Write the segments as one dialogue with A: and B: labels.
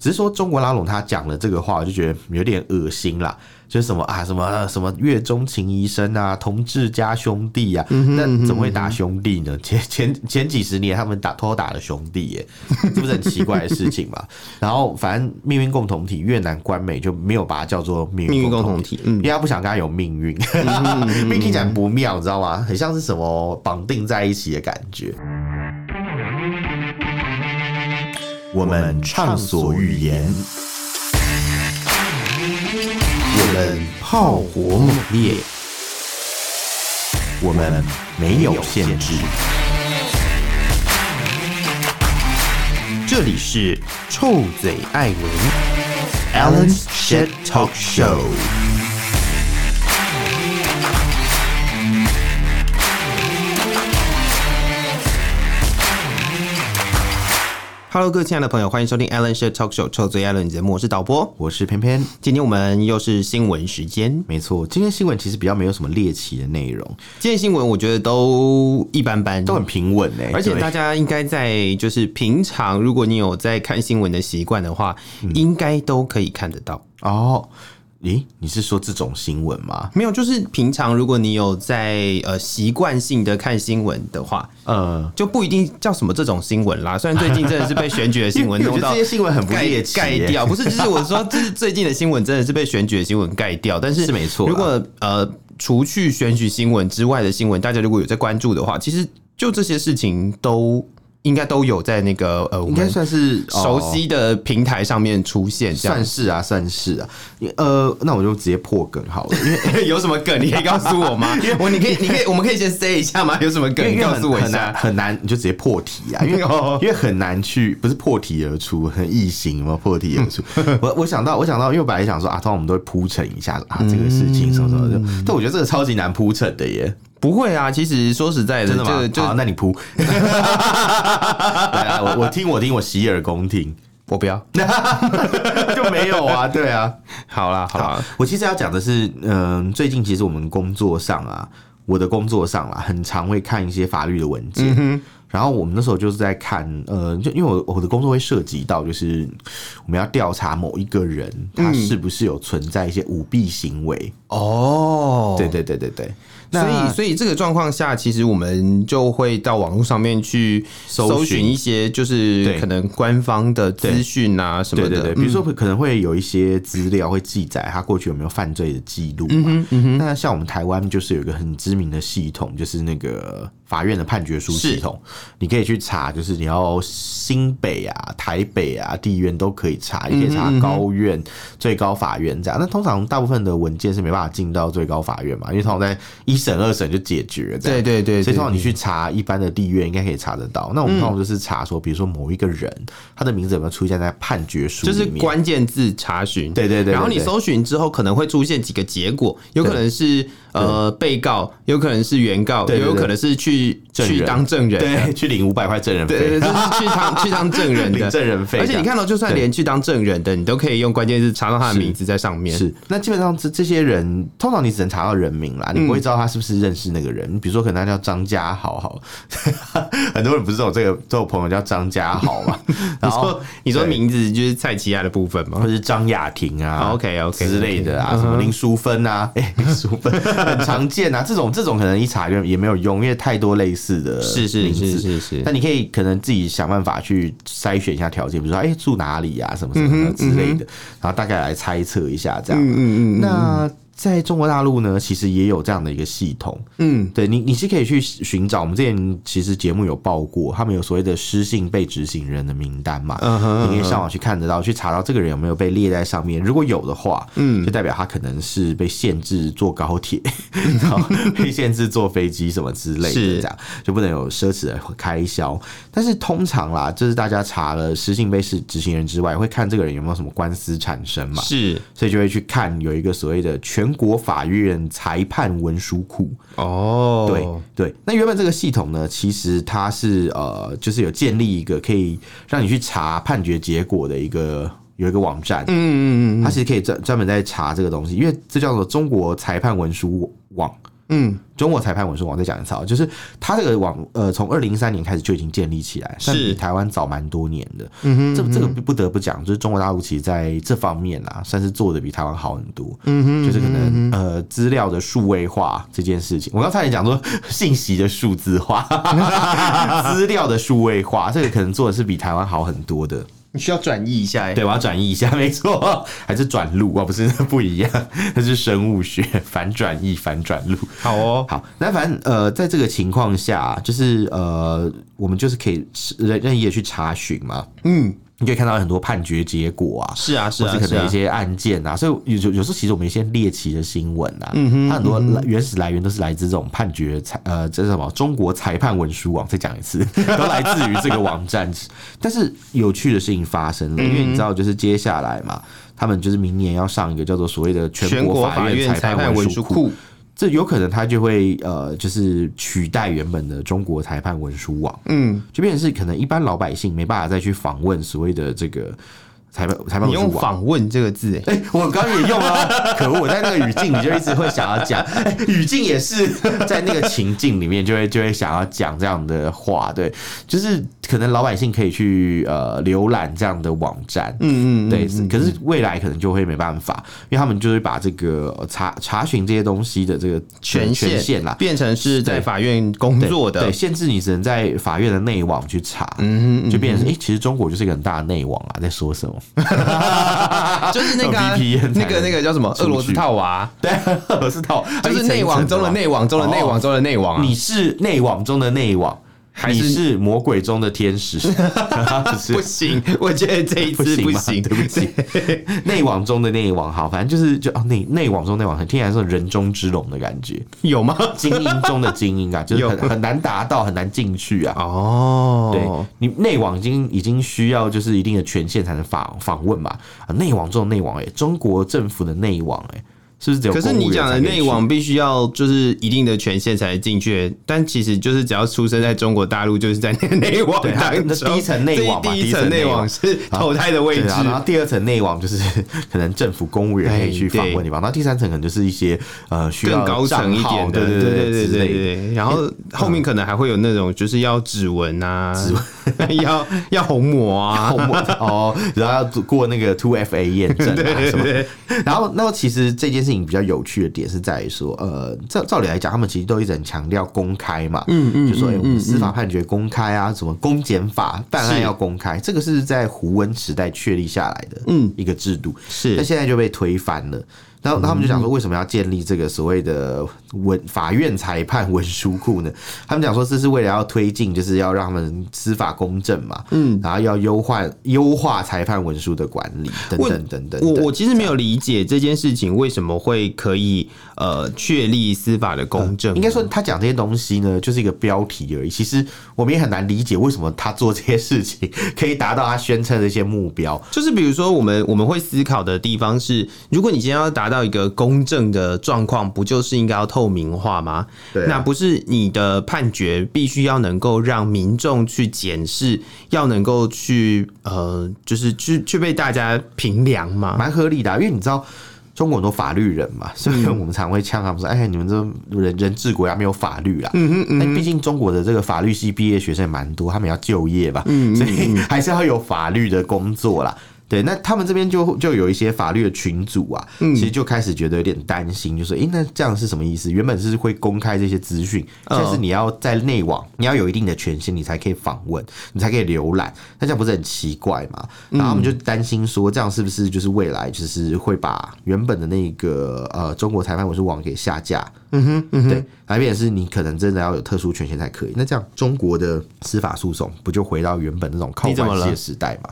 A: 只是说中国拉拢他讲了这个话，我就觉得有点恶心啦。就是什么啊，什么、呃什么月中情医生啊，同志加兄弟啊，
B: 嗯
A: 那、怎么会打兄弟呢？前前前几十年他们打偷打了兄弟耶，这不 是很奇怪的事情嘛？然后反正命运共同体越南官媒就没有把它叫做命
B: 命
A: 运
B: 运共
A: 共
B: 同
A: 同
B: 体
A: 体，
B: 嗯
A: 因为他不想跟他有命运， 命运听起来不妙，你知道吗？很像是什么绑定在一起的感觉。我们畅所欲言，我们炮火猛烈，我们没有限制。这里是臭嘴艾伦 Alan's Shit Talk Show。
B: Hello，各位亲爱的朋友，欢迎收听 Alan s h a r Talk Show 臭嘴艾伦节目，我是导播。
A: 我是偏偏，
B: 今天我们又是新闻时间，
A: 没错，今天新闻其实比较没有什么猎奇的内容，
B: 今天新闻我觉得都一般般，
A: 都很平稳呢、
B: 而且
A: 对
B: 大家应该在就是平常，如果你有在看新闻的习惯的话，
A: 嗯
B: 应该都可以看得到。
A: 哦，咦，你是说这种新闻吗？
B: 没有，就是平常如果你有在呃习惯性的看新闻的话，
A: 呃，
B: 就不一定叫什么这种新闻啦。虽然最近真的是被选举的新 闻
A: 因为我觉
B: 弄
A: 得
B: 到
A: 这些新闻很不
B: 盖
A: 猎奇、
B: 盖
A: 耶
B: 掉，不是，就是我说，就是最近的新闻真的是被选举的新闻盖掉，但是
A: 是没错啦
B: 如果呃，除去选举新闻之外的新闻，大家如果有在关注的话，其实就这些事情都应该都有在那个呃，我
A: 应该
B: 们
A: 算是
B: 熟、
A: 哦
B: 悉的平台上面出现，这样
A: 算是啊，算是啊。呃，那我就直接破梗好了， 因为
B: 有什么梗你可以告诉我吗？ 我你可以，你可以，我们可以先 say 一下吗？有什么梗
A: 因
B: 你
A: 为
B: 告
A: 很
B: 诉我一
A: 很 难
B: 下？
A: 很难，你就直接破题啊，因为
B: 哦
A: 因为很难去，不是破题而出，很异形有没有破题而 出？我我想到我想到，因为我本来想说啊，通常我们都会铺陈一下啊这个
B: 嗯
A: 事情什么什么的，但我觉得这个超级难铺陈的耶。
B: 不会啊，其实说实在的，
A: 真的吗
B: 就？就
A: 好，那你 扑。来来，我我听我听我洗耳恭听，
B: 我不要，
A: 就没有 啊，对啊。
B: 好啦，好啦，
A: 我其实要讲的是，嗯、最近其实我们工作上啊，我的工作上啦，很常会看一些法律的文
B: 嗯
A: 件。然后我们那时候就是在看，呃，就因为我我的工作会涉及到，就是我们要调查某一个人
B: 嗯
A: 他是不是有存在一些舞弊行为。
B: 哦
A: 对对对对对，
B: 所
A: 那
B: 以，所以这个状况下，其实我们就会到网络上面去
A: 搜
B: 搜寻
A: 寻
B: 一些，就是
A: 对
B: 可能官方的资讯啊什么
A: 对
B: 的。
A: 对对，比如说可能会有一些资料会记载他过去有没有犯罪的记录
B: 嗯
A: 嘛。那像我们台湾就是有一个很知名的系统，就是那个法院的判决书系统，你可以去查，就是你要新北啊、台北啊、地院都可以查，也可以
B: 嗯
A: 查高院、最高法院这样。那通常大部分的文件是没办法进到最高法院嘛，因为通常在一审、二审就解决这样。
B: 对对对，嗯
A: 所以通常
B: 你
A: 你去查一般的地院，应该可以查得到。那我们通常就是查说，比如说某一个人，他的名字有没有出现在判决书
B: 就是
A: 里面
B: 关键字查询，
A: 对对对对
B: 然后你
A: 对
B: 搜寻之后，可能会出现几个结果，有可能是呃被告，有可能是原告，
A: 对
B: 也
A: 对
B: 有
A: 对
B: 可能是去
A: 证人
B: 去当证 人的。
A: 对去领五百块证人
B: 对对，
A: 费，
B: 对就是去 当去当证人
A: 领
B: 的。
A: 证人费这样。
B: 而且你看哦到，就算连去当证人的，你都可以用关键字查到他的
A: 是
B: 名字在上面。
A: 是，那基本上这这些人，通常你只能查到人名啦，你不会
B: 嗯
A: 知道他是不是认识那个人。比如说，可能他叫张家豪，好， 很多人不是都有这个都有朋友叫张家豪 嘛，
B: 你
A: 然后
B: 说你说
A: 对
B: 名字就是蔡奇亚的部分吗
A: 或？是张雅婷啊
B: 啊，OK，OK，OK
A: 之类的啊，什
B: 嗯
A: 么林淑芬啊， 哎、林淑 芬很常见啊，这种这种可能一查就也没有用，因为太多类似的
B: 是是
A: 名字
B: 是是是
A: 那。你可以可能自己想办法去筛选一下条件，比如说哎、住哪里啊，什么什么
B: 嗯
A: 什么之类的，然后大概来猜测一下这样。嗯嗯嗯。那在中国大陆呢，其实也有这样的一个系统。嗯，对你你是可以去寻找，我们之前其实节目有报过，他们有所谓的失信被执行人的名单嘛，
B: 嗯哼
A: 你可以上网去看得到，去查到这个人有没有被列在上面。如果有的话，嗯，就代表他可能是被限制坐高 铁，然后被限制坐飞机什么之类
B: 是
A: 的，这样就不能有奢侈的开销。但是通常啦，就是大家查了失信被是执行人之外，会看这个人有没有什么官司产生嘛，
B: 是
A: 所以就会去看有一个所谓的全国法院裁判文书库。
B: 哦，
A: 对对，那原本这个系统呢，其实它是呃，就是有建立一个可以让你去查判决结果的一个有一个网站，
B: 嗯嗯嗯
A: 它其实可以专专门在查这个东西，因为这叫做中国裁判文书网。嗯，中国裁判文书网再讲一次啊，就是它这个网呃，从二零一三年开始就已经建立起来，算
B: 是
A: 比台湾早蛮多年的。嗯哼，这这个不得不讲，就是中国大陆其实在这方面啊，算是做的比台湾好很多。嗯哼，就是可能呃，资料的数位化这件事情，我刚才也讲说 信息的数字化， 资料的数位化，这个可能做的是比台湾好很多的。
B: 你需要转移一下哎、
A: 对，我要转译一下， 没错，还是转录啊？不是，那不一样， 那是生物学反转译、反转录。
B: 好哦，
A: 好，那反正呃，在这个情况下，就是呃，我们就是可以是任任意的去查询嘛，
B: 嗯，
A: 你可以看到很多判决结果啊。
B: 是啊，是
A: 或
B: 啊，
A: 是可
B: 是
A: 能一
B: 啊，
A: 些案件啊，所以有有有时候其实我们一些猎奇的新闻啊，嗯、它很多来原始来源都是来自这种判决裁呃，这是什么中国裁判文书网，再讲一次， 都来自于这个网站。但是有趣的事情发生
B: 嗯
A: 了，因为你知道，就是接下来嘛，他们就是明年要上一个叫做所谓的
B: 全
A: 全
B: 国
A: 国
B: 法
A: 法
B: 院
A: 院
B: 裁
A: 裁
B: 判
A: 判
B: 文
A: 文
B: 书
A: 书库。
B: 库
A: 这有可能它就会呃，就是取代原本的中国裁判文书网，嗯，就变成是可能一般老百姓没办法再去访问所谓的这个裁判裁判文
B: 你用
A: 书
B: “
A: 网。
B: 访问”这个字、欸，
A: 哎、我刚刚也用啊， 可恶！我在那个语境，你就一直会想要讲、哎语境也 是在那个情境里面，就会就会想要讲这样的话，对，就是可能老百姓可以去呃浏览这样的网站，
B: 嗯
A: 对，是可是未来可能就会没办法，因为他们就会把这个呃查查询这些东西的这个呃
B: 权
A: 权
B: 限
A: 限啦，
B: 变成是在法院工
A: 对
B: 作的
A: 对，，限制你只能在法院的内网去查，
B: 嗯
A: 就变成哎、诶其实中国就是一个很大的内网啊，在说 什么？
B: 就是那个 啊、
A: 用 VPN
B: 那个那个叫什么
A: 出
B: 俄罗斯
A: 去
B: 套娃，啊
A: 对，我是套，
B: 就是
A: 一层一层
B: 内网中的
A: 嘛
B: 内网中的内网中的内网、啊，
A: 你是内网中的内网，
B: 还
A: 你
B: 是
A: 是魔鬼中的天 使？不是
B: 不行，我觉得这一
A: 不
B: 次不
A: 行吗
B: 行，
A: 对不起内网中的内网，好，反正就是就哦内内网中内网，很听起来是人中之龙的感觉，
B: 有吗？
A: 精英中的精 英啊，就是
B: 有
A: 很很难达到，很难进去啊。
B: 哦，
A: 对你内网已经已经需要就是一定的权限才能访访问嘛，啊，内网中的内网哎、中国政府的内网哎、是不是只有？
B: 可是你讲的内，网必须要就是一定的权限才进去，但其实就是只要出生在中国大陆，就是在那个内网
A: 对它
B: 当
A: 那
B: 中，
A: 第一层内网
B: 这
A: 嘛
B: 第一
A: 第一
B: 层
A: 层
B: 内
A: 内
B: 网
A: 网
B: 是投胎的位
A: 对
B: 置，
A: 啊，然后第二层内网就是 可能政府公务员可以去访问的地方，然后第三层可能就是一些呃需
B: 更
A: 要
B: 高层一
A: 账号
B: 点的，
A: 对
B: 对
A: 对
B: 对
A: 之
B: 对
A: 类的。
B: 对对。然后后面可能还会有那种就是要指纹 啊，指纹要要虹膜啊，
A: 后面 哦，然后要过那个 Two FA 验证啊什么的。然后，那么其实这件事情比较有趣的点是在于说，呃，照照理来讲，他们其实都一直很强调公开嘛，嗯嗯，就说哎、我们司法判决公开啊，什么公检法办案
B: 是
A: 要公开，这个是在胡温时代确立下来的，嗯，一个制度，但
B: 是
A: 现在就被推翻了。然后他们就讲说，为什么要建立这个所谓的文法院裁判文书库呢？ 他们讲说，这是为了要推进，就是要让他们司法公正嘛，嗯，然后要优化优化裁判文书的管理等
B: 问
A: 等等等
B: 我
A: 等。
B: 我其实没有理解这件事情为什么会可以呃确立司法的公正，
A: 呃应该说，他讲这些东西呢，就是一个标题而已。其实我们也很难理解为什么他做这些事情 可以达到他宣称的一些目标。
B: 就是比如说，我们我们会思考的地方是，如果你今天要达到一个公正的状况，不就是应该要透明化吗？
A: 对啊
B: 那不是你的判决必须要能够让民众去检视，要能够去呃，就是去去被大家评量吗？
A: 蛮合理的啊、因为你知道中国很多法律人嘛，所以我们常会呛他们说：“哎，你们这人人治国家啊没有法律啦。”嗯嗯但毕竟中国的这个法律系毕业学生也蛮多，他们也要就业吧，所以还是要有法律的工作啦。对，那他们这边就就有一些法律的群组啊，其实就开始觉得有点担心，就说：“诶，那这样是什么意思？原本是会公开这些资讯，
B: 嗯
A: 但是你要在内网，你要有一定的权限，你才可以访问，你才可以浏览，那这样不是很奇怪吗？
B: 嗯
A: 然后他们就担心说，这样是不是就是未来就是会把原本的那个呃中国裁判文书网给下架？嗯哼，嗯哼对，那变成是你可能真的要有特殊权限才可以。那这样中国的司法诉讼不就回到原本那种靠
B: 你怎么
A: 关
B: 了
A: 系的时代吗？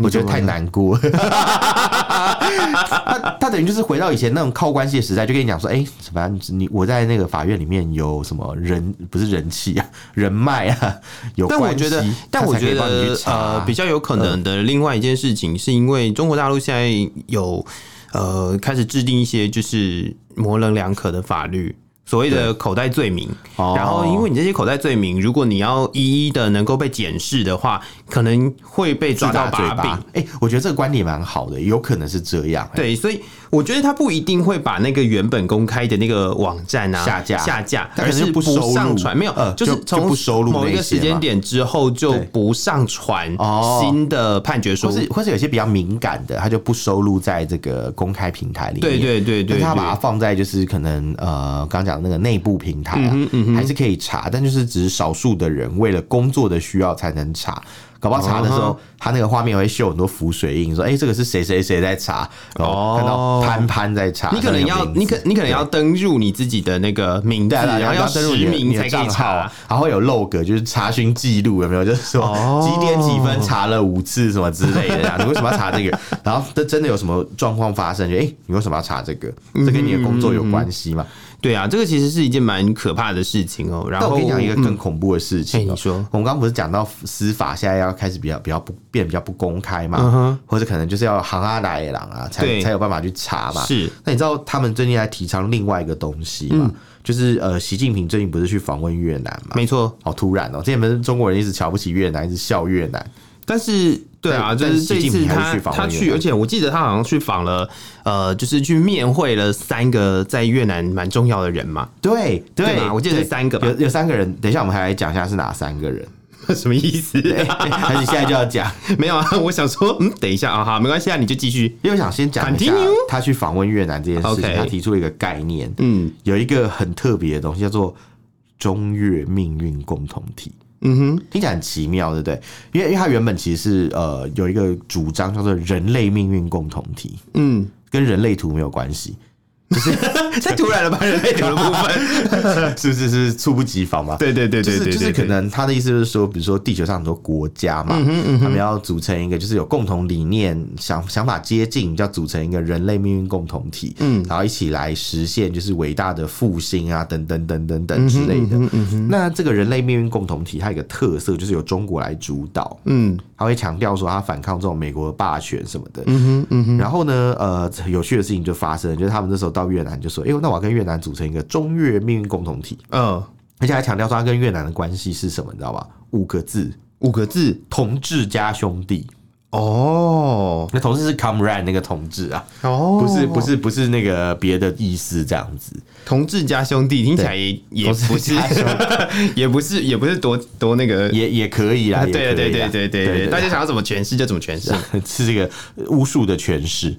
A: 我觉得太难过 了。他他等于就是回到以前那种靠关系的时代，就跟你讲说，哎、反正你我在那个法院里面有什么人不是人气啊、人脉啊，有
B: 但我
A: 关系，
B: 觉得，但我
A: 他才可
B: 觉
A: 以帮你
B: 得
A: 去，查啊嗯
B: 呃，比较有可能的另外一件事情，是因为中国大陆现在有呃开始制定一些就是模棱两可的法律，所谓的口袋罪名。
A: 哦
B: 然后，因为你这些口袋罪名，如果你要一一的能够被检视的话，可能会被抓到
A: 自打
B: 把
A: 嘴
B: 柄
A: 巴。。哎、我觉得这个观点蛮好的，有可能是这样、
B: 对，所以我觉得他不一定会把那个原本公开的那个网站啊
A: 下架
B: 下架，
A: 他可
B: 而
A: 能
B: 是
A: 就不收录
B: 上传，没有，
A: 呃
B: 就是
A: 就
B: 从
A: 就不收录
B: 某一
A: 那一
B: 个
A: 些
B: 时间
A: 嘛
B: 点之后就
A: 对
B: 不上传
A: 哦
B: 新的判决书
A: 或。是或是有些比较敏感的，它就不收录在这个公开平台里面。
B: 对对对
A: 但
B: 对
A: 是它把它
B: 对，
A: 放在就是可能呃，刚刚讲的那个内部平台啊，
B: 嗯
A: 还是可以查，但就是只是少数的人为了工作的需要才能查。搞不好查的时
B: 嗯
A: 候，它那个画面会秀很多浮水印，说：“哎、这个是谁谁谁在查？”然
B: 哦
A: 后看到潘潘在查，
B: 你可能要
A: 上面有名字
B: 你可你可能要登入你自己的那个名字，
A: 对啊，
B: 然后
A: 要
B: 实
A: 登入你的
B: 名
A: 你的
B: 才可以
A: 账号
B: 查
A: 啊。，然后有 log 就是查询记录有没有？就是说
B: 哦
A: 几点几分查了五次什么之类的啊，你为什么要查这 个？然后这真的有什么状况发生？就哎、诶你为什么要查这个？这跟你的工作有关系吗？
B: 对啊，这个其实是一件蛮可怕的事情哦。然
A: 但
B: 后
A: 我跟你讲一个
B: 嗯
A: 更恐怖的事情、
B: 嗯
A: 喔
B: 哎你说
A: 我们刚刚不是讲到司法现在要开始比较比较不变比较不公开嘛，
B: 嗯哼
A: 或者可能就是要行阿来郎啊，才
B: 对
A: 才有办法去查嘛。
B: 是
A: 那你知道他们最近在提倡另外一个东西嘛？就是呃，习近平最近不是去访问越南嘛？
B: 嗯没错，
A: 好突然哦、之前不是中国人一直瞧不起越南，一直笑越南，
B: 但是对啊，
A: 但
B: 就
A: 但
B: 是这一
A: 习近平
B: 次
A: 还是
B: 他
A: 去访问
B: 他
A: 越
B: 去，
A: 南
B: 而且我记得他好像去访了，呃，就是去面会了三个在越南蛮重要的人嘛，
A: 对
B: 对吧我记得是三个吧
A: 有有三个人。等一下，我们还来讲一下是哪三个人，
B: 什么意思？
A: 对还是现在就要讲？
B: 没有啊， 我想说，嗯，等一下啊，哈，没关系啊，你就继续。
A: 因为我想先讲一下
B: Continue
A: 他去访问越南这件事
B: OK
A: 情，他提出一个概念，
B: 嗯
A: 有一个很特别的东西叫做中越命运共同体。
B: 嗯哼，
A: 听起来很奇妙，对不对？因为因为他原本其实是呃有一个主张叫做人类命运共同体，
B: 嗯，
A: 跟人类图没有关 系，
B: 太突然了吧，人类图的部分。
A: 是不是？是不是猝不及防嘛？
B: 对对对对对对，嗯
A: 就是就是可能他的意思就是说，比如说地球上很多国家嘛，他们要组成一个就是有共同理念、想想法接近，要组成一个人类命运共同体，嗯，然后一起来实现就是伟大的复兴啊，等等等等
B: 嗯
A: 等之类的。那这个人类命运共同体它有一个特色就是由中国来主导，
B: 嗯
A: 他会强调说他反抗这种美国的霸权什么的。嗯哼，嗯哼。然后呢，呃，有趣的事情就发生了，就是他们那时候到越南就说，哎、呦，那我要跟越南组成一个中越命运共同体。
B: 呃，
A: 而且还强调说他跟越南的关系是什么，你知道吗？五个字：
B: 五个字
A: 同志加兄弟。
B: 哦
A: 那同志是 comrade 那个同志啊，
B: 哦，
A: 不是不是不是那个别的意思这样子。
B: 同志加兄弟，听起来也也
A: 同
B: 不
A: 志
B: 是
A: 加兄，
B: 也不是也不是多多那个
A: 也也可以啦，
B: 啊，
A: 也可以
B: 对
A: 啦
B: 对对对对对，啊大家
A: 对。
B: 想要怎么诠释就怎么诠释。
A: 是这个巫术的诠释，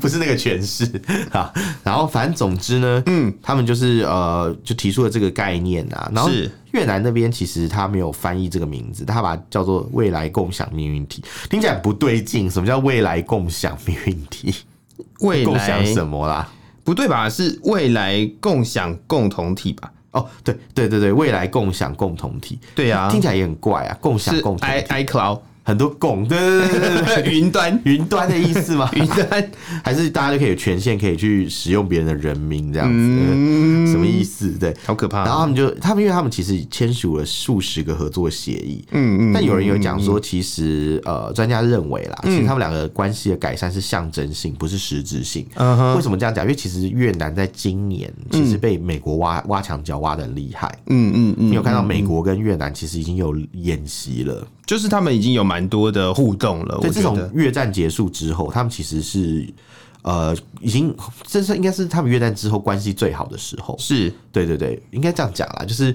A: 不是那个诠释啊。然后反正总之呢，嗯，他们就是呃，就提出了这个概念啊。然后
B: 是
A: 越南那边其实他没有翻译这个名字，他把它叫做未来共享命运体，听起来不对劲。什么叫未来共享命运体？
B: 未
A: 共享
B: 来
A: 什么啦？
B: 不对吧？是未来共享共同体吧？
A: 哦，对对对对，未来共享共同体，
B: 对啊，
A: 听起来也很怪啊，共享
B: 是
A: 共同
B: i
A: 体
B: i cloud
A: 很多共，对对对对对对，
B: 云端
A: 云端的意思吗？
B: 云端，
A: 还是大家就可以有权限可以去使用别人的人名这样子？
B: 嗯，
A: 什么意思？对。
B: 好可怕。
A: 然后他们就他们，因为他们其实签署了数十个合作协议，
B: 嗯嗯，
A: 但有人有讲说，其实呃，专家认为啦，其实他们两个关系的改善是象征性，不是实质性。
B: 嗯哼，
A: 为什么这样讲？因为其实越南在今年其实被美国挖挖墙脚挖的很厉害。
B: 嗯嗯嗯，
A: 你有看到美国跟越南其实已经有演习了，
B: 就是他们已经有蛮多的互动了。我
A: 对，自
B: 觉
A: 从
B: 得
A: 越战结束之后，他们其实是呃，已经这是应该是他们越战之后关系最好的时候。
B: 是，
A: 对对对，应该这样讲啦，就是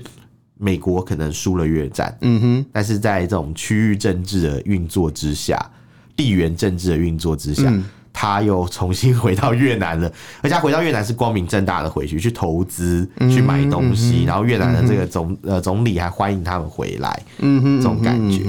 A: 美国可能输了越战，
B: 嗯哼，
A: 但是在这种区域政治的运作之下，地缘政治的运作之下。
B: 嗯
A: 他又重新回到越南了，而且他回到越南是光明正大的回去去投资、
B: 嗯
A: 去买东西，然后越南的这个总、呃总理还欢迎他们回来，
B: 嗯哼，
A: 这种感觉。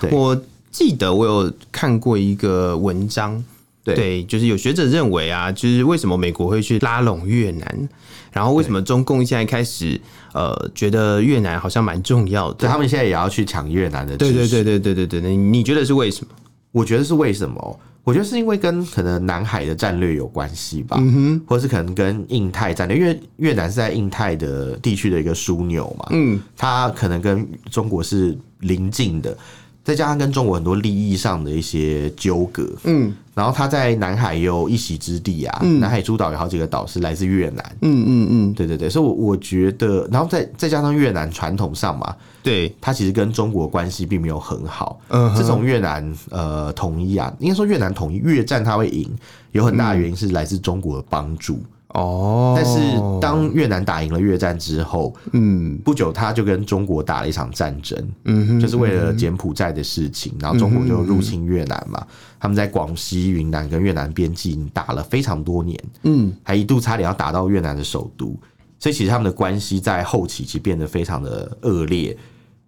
A: 对
B: 我记得我有看过一个文章。
A: 对
B: 就是有学者认为啊，就是为什么美国会去拉拢越南，然后为什么中共现在开始呃觉得越南好像蛮重要
A: 对
B: 的，
A: 他们现在也要去抢越南的
B: 对
A: 知
B: 对
A: 识
B: 对对对对对，你你觉得是为什么？
A: 我觉得是为什么？我觉得是因为跟可能南海的战略有关系吧，或者是可能跟印太战略，因为越南是在印太的地区的一个枢纽嘛，嗯，它可能跟中国是邻近的。再加上跟中国很多利益上的一些纠葛，嗯，然后他在南海也有一席之地啊，南海诸岛有好几个岛是来自越南，
B: 嗯嗯嗯，
A: 对对对，所以我我觉得，然后再再加上越南传统上嘛，
B: 对，
A: 它其实跟中国关系并没有很好。
B: 嗯哼
A: 自从越南呃统一啊，应该说越南统一越战它会赢，有很大的原因是来自中国的帮助。
B: 哦，
A: 但是当越南打赢了越战之后，
B: 嗯
A: 不久他就跟中国打了一场战争，就是为了柬埔寨的事
B: 嗯
A: 情，然后中国就入侵越南嘛，他们在广西、云南跟越南边境打了非常多年，
B: 嗯，
A: 还一度差点要打到越南的首都，所以其实他们的关系在后期其实变得非常的恶劣。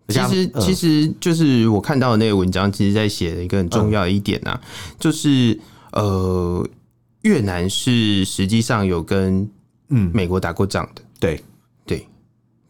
A: 呃
B: 其实，其
A: 实
B: 实就是我看到的那个文章，其实在写的一个很重要的一点啊，就是呃，越南是实际上有跟
A: 嗯
B: 美国打过仗的，
A: 对
B: 对，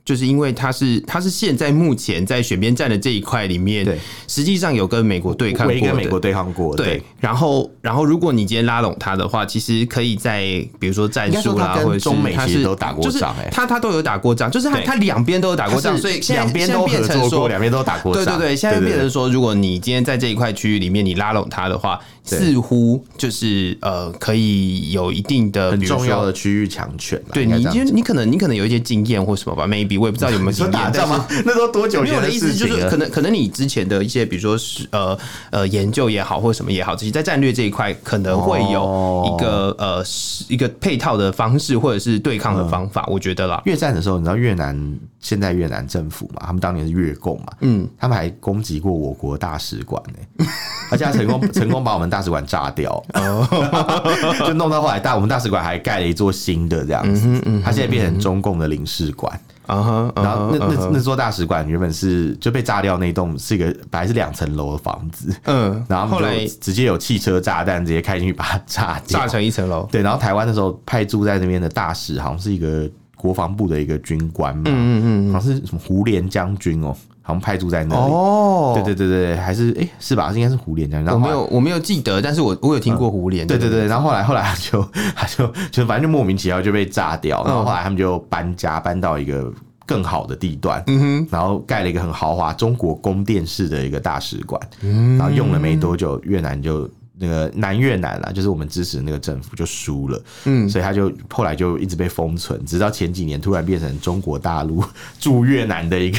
B: 就是因为它是它是现在目前在选边站的这一块里面
A: 对，
B: 实际上有跟美国对抗
A: 唯一
B: 过
A: 跟美
B: 的
A: 国。对抗过，
B: 对，然后，然后，如果你今天拉拢他的话，其实可以在比如说战
A: 应该
B: 术
A: 说
B: 啦
A: 他，跟
B: 或者是
A: 中美
B: 他
A: 其实
B: 是
A: 都打过
B: 就是
A: 仗欸
B: 他他都有打过仗，就是他
A: 对
B: 他两边都有打过仗，所以现在
A: 两边
B: 现在
A: 都合
B: 变成
A: 作
B: 说
A: 过，两边都打过
B: 对
A: 仗，
B: 对对，现在变成说，如果你今天在这一块区域里面，你拉拢他的话，
A: 对
B: 似乎就是呃，可以有一定的
A: 很重要。
B: 比如说
A: 的区域强权啦，
B: 对
A: 应该
B: 你，
A: 这样
B: 因为你可能你可能有一些经验或什么吧，maybe 我也不知道有没有
A: 你说
B: 经
A: 打
B: 验。
A: 仗吗？那都多久
B: 没有
A: 前
B: 我的意思
A: 事
B: 就
A: 情
B: 是，
A: 了
B: 可？能可能你之前的一些，比如说是呃呃研究也好，或什么也好，这些在战略这一块可能会有一个、呃是一个配套的方式，或者是对抗的方法，我觉得啦。
A: 越战的时候，你知道越南现在越南政府嘛？他们当年是越共嘛，
B: 嗯，
A: 他们还攻击过我国大使馆呢、 而且还成 功成功把我们大使馆炸掉，
B: 哦
A: 就弄到后来大我们大使馆还盖了一座新的这
B: 嗯
A: 样子，它现在变成中共的领事馆。
B: 啊哈，
A: 然后那
B: 嗯
A: 那那座大使馆原本是就被炸掉那栋是一个本来是两层楼的房子，
B: 嗯，
A: 然后
B: 后
A: 他
B: 来
A: 们就直接有汽车炸弹直接开进去把它 炸掉，
B: 炸成一层楼。
A: 对，然后台湾那时候派驻在那边的大使，好像是一个国防部的一个军官嘛，嗯嗯嗯，好像是什么胡琏将军哦，好像派驻在那里。
B: 哦
A: 对对对对，还是诶，是吧？应该是胡琏将军。然后
B: 我没
A: 后来
B: 有我没有记得，但是我我有听过胡连、
A: 对对对，然后后来后来他就他就就反正就莫名其妙就被炸掉，然后后来他们就搬家搬到一个更好的地段，嗯、然后盖了一个很豪华中国宫殿式的一个大使馆，然后用了没多久，越南就。那个南越南啦，就是我们支持的那个政府就输了，嗯，所以他就后来就一直被封存，直到前几年突然变成中国大陆 驻越南的一个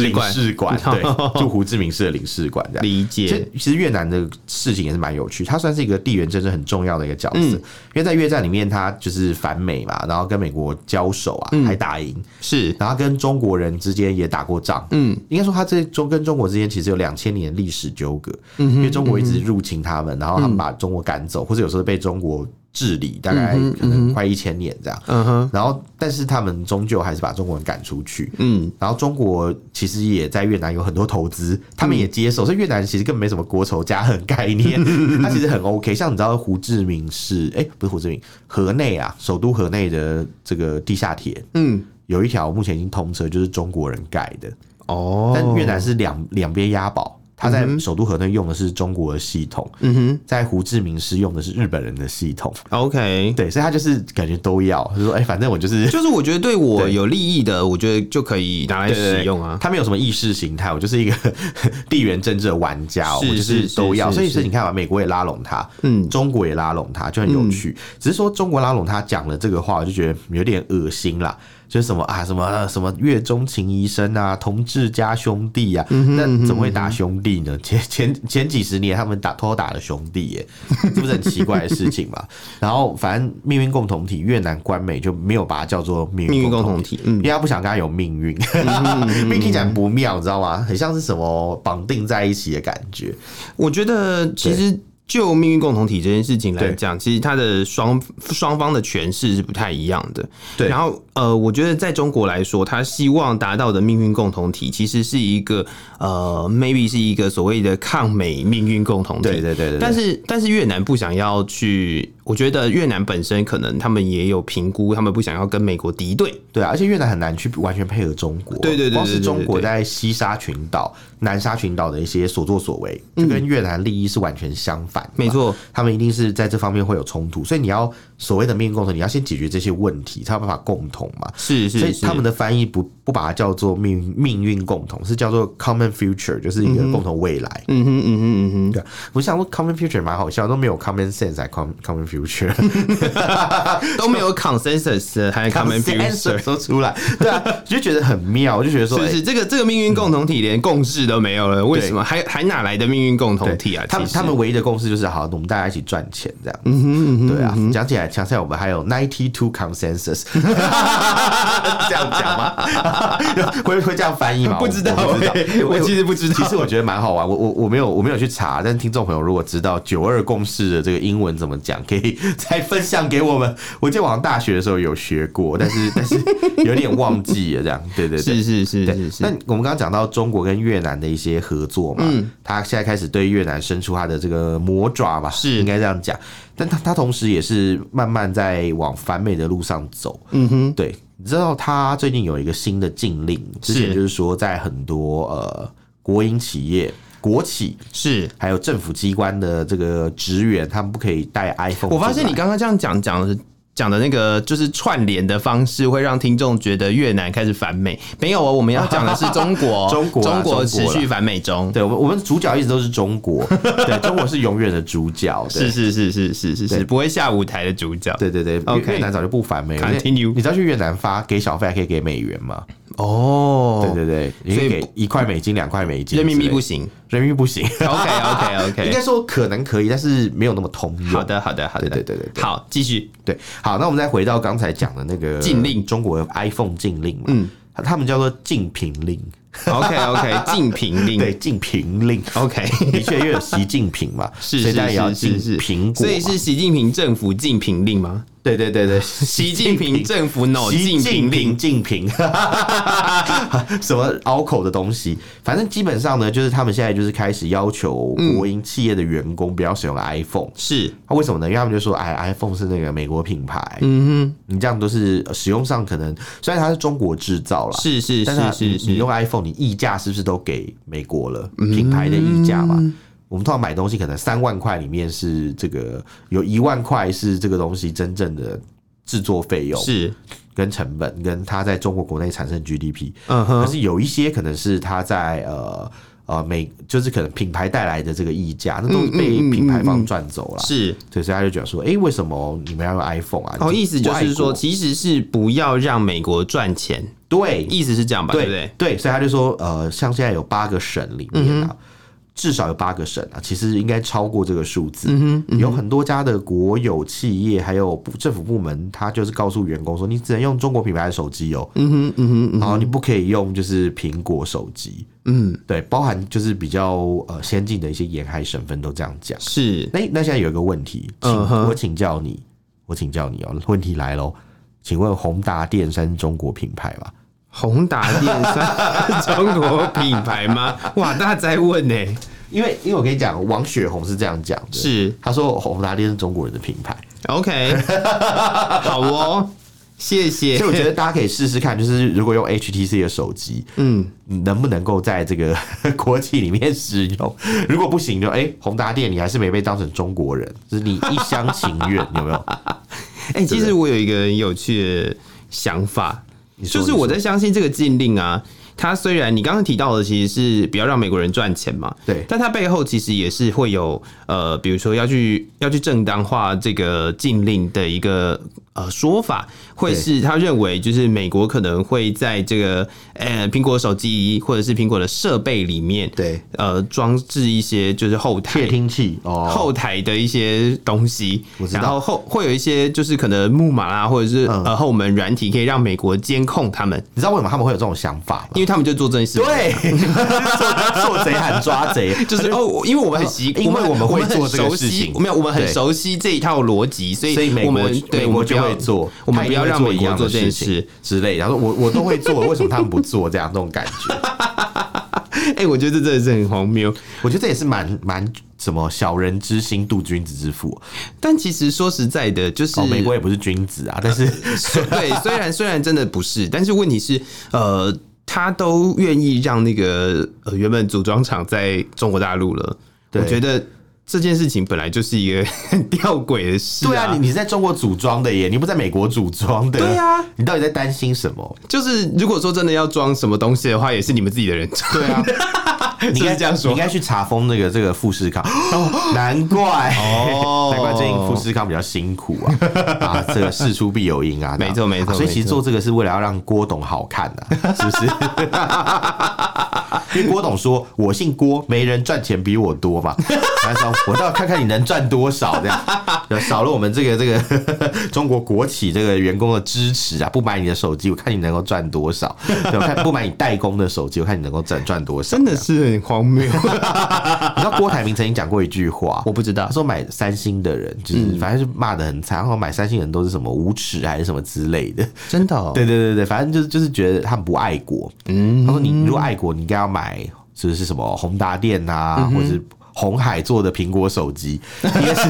A: 领
B: 馆
A: 事 馆，对，驻胡志明市的领事馆这样。
B: 理
A: 其
B: 解
A: 实，其实越南的事情也是蛮有趣，它算是一个地缘政治很重要的一个角色，因为在越战里面，它就是反美嘛，然后跟美国交手啊，还打赢，
B: 是
A: 然后跟中国人之间也打过仗，嗯，应该说它这中跟中国之间其实有两千年的历史纠葛，
B: 嗯
A: 因为中国一直入侵他们，然后他们把中国赶走，或者有时候被中国治理，大概可能快一千年这样，
B: 嗯哼，
A: 然后但是他们终究还是把中国人赶出去，
B: 嗯，
A: 然后中国其实也在越南有很多投资，他
B: 嗯
A: 们也接受，所以越南其实根本没什么国仇家恨概念， 它其实很 OK。像你知道胡志明市，哎、不是胡志明，河内啊，首都河内的这个地下铁，
B: 嗯，
A: 有一条目前已经通车，就是中国人盖的，
B: 哦，
A: 但越南是两两边押宝。它在首都河内用的是中国的系统，
B: 嗯哼
A: 在胡志明市用的是日本人的系统，
B: ，OK，
A: 对，所以他就是感觉都要，就是说，哎、反正我就是
B: 就是我觉得对我
A: 对
B: 有利益的，我觉得就可以拿来
A: 对对对
B: 使用啊。
A: 他没有什么意识形态，我就是一个 地缘政治的玩家哦，
B: 是
A: 我就是
B: 是
A: 都要。
B: 是
A: 所以
B: 是
A: 是你看嘛，美国也拉拢他，
B: 嗯
A: 中国也拉拢他，就很有趣。只是说中国拉拢他讲了这个话，我就觉得有点恶心啦。就是什么啊，什么什么月中情医生啊，同志加兄弟啊，
B: 嗯
A: 那怎么会打兄弟呢？ 前前前几十年他们打偷打了兄弟 耶，这不是很奇怪的事情嘛？然后反正命运共同体越南官媒就没有把它叫做命
B: 命
A: 运
B: 运共
A: 共同
B: 同
A: 体。
B: 体，嗯
A: 因为他不想跟他有命运，命运听起来不妙，你知道吗？很像是什么绑定在一起的感觉。
B: 我觉得其实就命运共同体这件事情来讲，其实它的双双方的诠释是不太一样的。
A: 对
B: 然后呃，我觉得在中国来说，他希望达到的命运共同体，其实是一个呃，maybe 是一个所谓的抗美命运共同体。
A: 对对对对对
B: 但是但是越南不想要去我觉得越南本身可能他们也有评估，他们不想要跟美国敌对，
A: 对啊，而且越南很难去完全配合中国，
B: 对对对对
A: 光是
B: 对对
A: 中国
B: 对
A: 在西沙群岛、南沙群岛的一些所作所为，就跟越南利益是完全相反的嘛，
B: 没错
A: 他们一定是在这方面会有冲突，所以你要所谓的命运共同，你要先解决这些问题，才有办法共同嘛。
B: 是
A: 所
B: 是
A: 以
B: 是，
A: 他们的翻译不不把它叫做命命运共同，是叫做 common future，就是一个共同未来。
B: 嗯哼嗯哼嗯哼。
A: 对啊，我想说 common future 蛮好笑，都没有 common sense 还 common common future。
B: 都没有 consensus，还有 common future，
A: 都出来，对啊，就觉得很妙，就觉得说，
B: 就是这个这个命运共同体连共识都没有了，为什么还还哪来的命运共同
A: 哎
B: 体啊？
A: 他们
B: 其实
A: 他们唯一的共识就是，好，我们大家一起赚钱这样。嗯哼，对啊。讲起来，讲起来，我们还有 ninety two consensus，这样讲吗？ 会会这样翻译吗？
B: 不知道
A: 我不知道
B: 哎， 我其实不知道
A: 其实我觉得蛮好玩，我我我没有我没有去查，但听众朋友如果知道九二共识的这个英文怎么讲，可以再分享给我们。我记得我上大学的时候有学过，但是 但是有点忘记了，这样。对对对。
B: 是是是
A: 对
B: 是，
A: 那
B: 是，
A: 我们刚刚讲到中国跟越南的一些合作嘛，
B: 嗯
A: 他现在开始对越南伸出他的这个魔爪吧，
B: 是
A: 应该这样讲。但他他同时也是慢慢在往反美的路上走。
B: 嗯哼，
A: 对，你知道他最近有一个新的禁令，之前就是说在很多呃国营企业、国企
B: 是。
A: 还有政府机关的这个职员，他们不可以带 iPhone 进来。
B: 我发现你刚刚这样讲讲的是。讲的那个就是串联的方式，会让听众觉得越南开始反美。没有哦，我们要讲的是中国，
A: 中国啊
B: 中国
A: 中
B: 持
A: 国啦
B: 续反美中。
A: 对我们我们主角一直都是中 国，对中国是永远的主角。对
B: 是是是是是是
A: 对
B: 是，不会下舞台的主角。
A: 对对对
B: OK
A: 越南早就不反美了。
B: Continue
A: 你知道去越南发给小费还可以给美元吗？
B: 哦，
A: 对对对，
B: 所
A: 所以
B: 以
A: 给一块美金、两块美金之类
B: 人
A: 的，
B: 民币不行。
A: 人民币不行。
B: OK OK
A: 应
B: OK，
A: 该说可能可以，但是没有那么通用。
B: 好，的好的好的，
A: 对对对对对
B: 好，继续。
A: 对，好，那我们再回到刚才讲的那个
B: 禁令，
A: 中国的 iPhone 禁令嘛，
B: 嗯
A: 他他们叫做禁评令，
B: OK OK，禁评令。
A: 对，禁评令。
B: OK，
A: 的确，因为有习近平 嘛，
B: 是
A: 所
B: 是
A: 以大家也要
B: 是
A: 禁
B: 是是，
A: 苹果
B: 所
A: 嘛，
B: 以是习近平政府禁评令吗？
A: 对对 对对，
B: 习近平政府 no
A: 习
B: 禁
A: 近
B: 评令
A: 平， 竞品，什么拗口的东西，反正基本上呢，就是他们现在就是开始要求国营企业的员工不要使用 iPhone。
B: 是
A: 那、为什么呢？因为他们就说，哎，iPhone 是那个美国品牌，
B: 嗯
A: 你这样都是呃使用上可能虽然它是中国制造啦
B: 哼，，是是
A: 但是它
B: 是是嗯
A: 你你
B: 是
A: 用 iPhone，你溢价是不是都给美国了？品牌的溢价嘛。我们通常买东西，可能三万块里面是这个有一万块是这个东西真正的制作费用，
B: 是，嗯
A: 跟成本，跟它在中国国内产生的 GDP，、
B: 嗯
A: 可
B: 哼，
A: 是有一些可能是它在呃呃美，就是可能品牌带来的这个溢价，那都是被
B: 嗯嗯嗯
A: 品牌方赚走了。
B: 是。
A: 对，所以他就讲说，哎、为什么你们要用 iPhone 啊？
B: 哦，意思就
A: 不爱
B: 是
A: 国
B: 说，其实是不要让美国赚钱，
A: 对
B: 意思是这样吧？对不对？
A: 对，所以他就说，呃，像现在有八个省里面啊。至少有八个省啊，其实应该超过这个数字。有很多家的国有企业还有部政府部门，他就是告诉员工说，你只能用中国品牌的手机哦。嗯哼，嗯哼，然后你不可以用就是苹果手机。嗯，对，包含就是比较呃先进的一些沿海省份都这样讲。
B: 是
A: 那那现在有一个问题，请、
B: 嗯哼
A: 我请教你，我请教你哦，问题来喽，请问宏达电算是中国品牌吗？
B: 宏达电算 中国品牌吗？哇，大家在问欸呢、
A: 因为因为我跟你讲，王雪红是这样讲的，
B: 是
A: 他说宏达电是中国人的品 牌，
B: OK，好哦，谢谢。
A: 所以我觉得大家可以试试看，就是如果用 HTC 的手机，
B: 嗯，
A: 能不能够在这个 国企里面使用？如果不行就，哎，宏达电你还是没被当成中国人，就是你一厢情愿，有没 有？
B: 哎、其实我有一个很有趣的想法，
A: 说
B: 就是我在相信这个禁令啊，它虽然你刚刚提到的其实是不要让美国人赚钱嘛，
A: 对
B: 但它背后其实也是会有呃，比如说要去要去正当化这个禁令的一个呃说法，会
A: 对
B: 是他认为就是美国可能会在这个呃苹果手机或者是苹果的设备里面，
A: 对，
B: 呃装置一些就是后
A: 窃
B: 台
A: 听器哦，
B: 后台的一些东西
A: 我，知道
B: 然后后会有一些就是可能木马啦，或者是、
A: 嗯
B: 呃后门软体可以让美国监控他们，
A: 你知道为什么他们会有这种想法吗？
B: 因为他们就做这件事。，
A: 对， 做做贼喊抓贼，
B: 就是哦，我因为我们很习，
A: 因为我们会
B: 很
A: 做这个
B: 熟悉
A: 事情
B: 没有，我们很
A: 对
B: 熟悉这一套逻辑，所以
A: 所以美
B: 我
A: 国
B: 们对
A: 美
B: 我
A: 国
B: 们不
A: 就
B: 要
A: 会做，
B: 我们不要让美
A: 一
B: 国
A: 样
B: 做
A: 的
B: 这件
A: 事情
B: 事。
A: 之类的。然后我我都会做，为什么他们不做？这样那种感觉。
B: 哎、我觉得这真的是很荒谬。
A: 我觉得这也是蛮蛮什么小人之心度君子之腹啊
B: 但其实说实在的，就是、
A: 哦，美国也不是君子啊，但是
B: 虽 对，虽然虽然真的不是，但是问题是，呃，他都愿意让那个呃原本组装厂在中国大陆了，我
A: 对
B: 觉得这件事情本来就是一个 很吊诡的事、
A: 对啊，你你是在中国组装的耶，你不在美国组装的，
B: 对啊，
A: 你到底在担心什么？
B: 就是如果说真的要装什么东西的话，也是你们自己的人装，
A: 对啊，你应
B: 是不
A: 该
B: 是这样
A: 你
B: 说
A: 应？该去查封那个这个富士 康，难怪
B: 哦
A: 难怪最近富士康比较辛苦啊啊，这个事出必有因 啊，
B: 没错没错
A: 啊所以其
B: 没
A: 实
B: 错
A: 做这个是为了要让郭董好看啊，是不是？ 因为郭董说：“我姓郭，没人赚钱比我多嘛。”他说：“我倒要看看你能赚多少，这样就少了我们这个 这个中国国企这个员工的支持啊！不买你的手机，我看你能够赚多少； 对我看不买你代工的手机，我看你能够赚赚多少。”
B: 真的是很荒谬，
A: 你知道郭台铭曾经讲过一句话，
B: 我不知
A: 他
B: 道。嗯
A: 说买三星的人就是反正是骂的很惨，然后买三星人都是什么无耻还是什么之类的。
B: 真的、哦，
A: 对对对对，反正就是就是觉得他们不爱国。嗯，他说你如果爱国，你应该要买就是什么宏达电
B: 嗯
A: 啊，或者是。红海做的苹果手 机，应该是